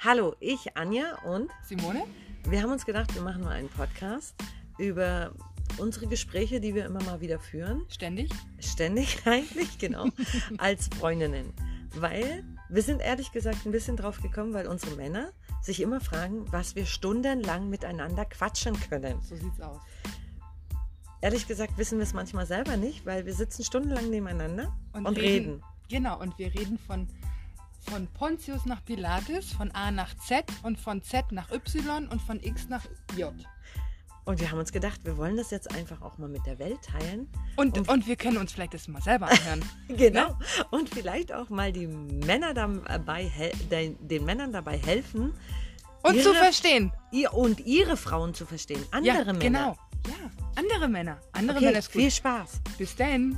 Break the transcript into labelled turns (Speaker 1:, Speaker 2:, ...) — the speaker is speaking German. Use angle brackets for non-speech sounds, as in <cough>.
Speaker 1: Hallo, ich Anja und
Speaker 2: Simone?
Speaker 1: wir haben uns gedacht, wir machen mal einen Podcast über unsere Gespräche, die wir immer mal wieder führen,
Speaker 2: Ständig?
Speaker 1: ständig <laughs> eigentlich, genau, als Freundinnen. Weil wir sind ehrlich gesagt ein bisschen drauf gekommen, weil unsere Männer sich immer fragen, was wir stundenlang miteinander quatschen können.
Speaker 2: So sieht's aus.
Speaker 1: Ehrlich gesagt wissen wir es manchmal selber nicht, weil wir sitzen stundenlang nebeneinander und, reden.
Speaker 2: Genau, und wir reden von, von Pontius nach Pilatus, von A nach Z und von Z nach Y und von X nach J.
Speaker 1: Und wir haben uns gedacht, wir wollen das jetzt einfach auch mal mit der Welt teilen.
Speaker 2: Und,
Speaker 1: Und-
Speaker 2: und, wir können uns vielleicht das mal selber anhören.
Speaker 1: Genau. Und vielleicht auch mal die Männer dabei, hel- den, den Männern dabei helfen
Speaker 2: Und
Speaker 1: Ihre-
Speaker 2: zu verstehen.
Speaker 1: ihr und ihre Frauen zu verstehen. Andere
Speaker 2: ja,
Speaker 1: Männer.
Speaker 2: Genau. Ja, andere Männer. Andere
Speaker 1: Okay,
Speaker 2: Männer ist
Speaker 1: viel
Speaker 2: gut.
Speaker 1: Spaß.
Speaker 2: Bis dann.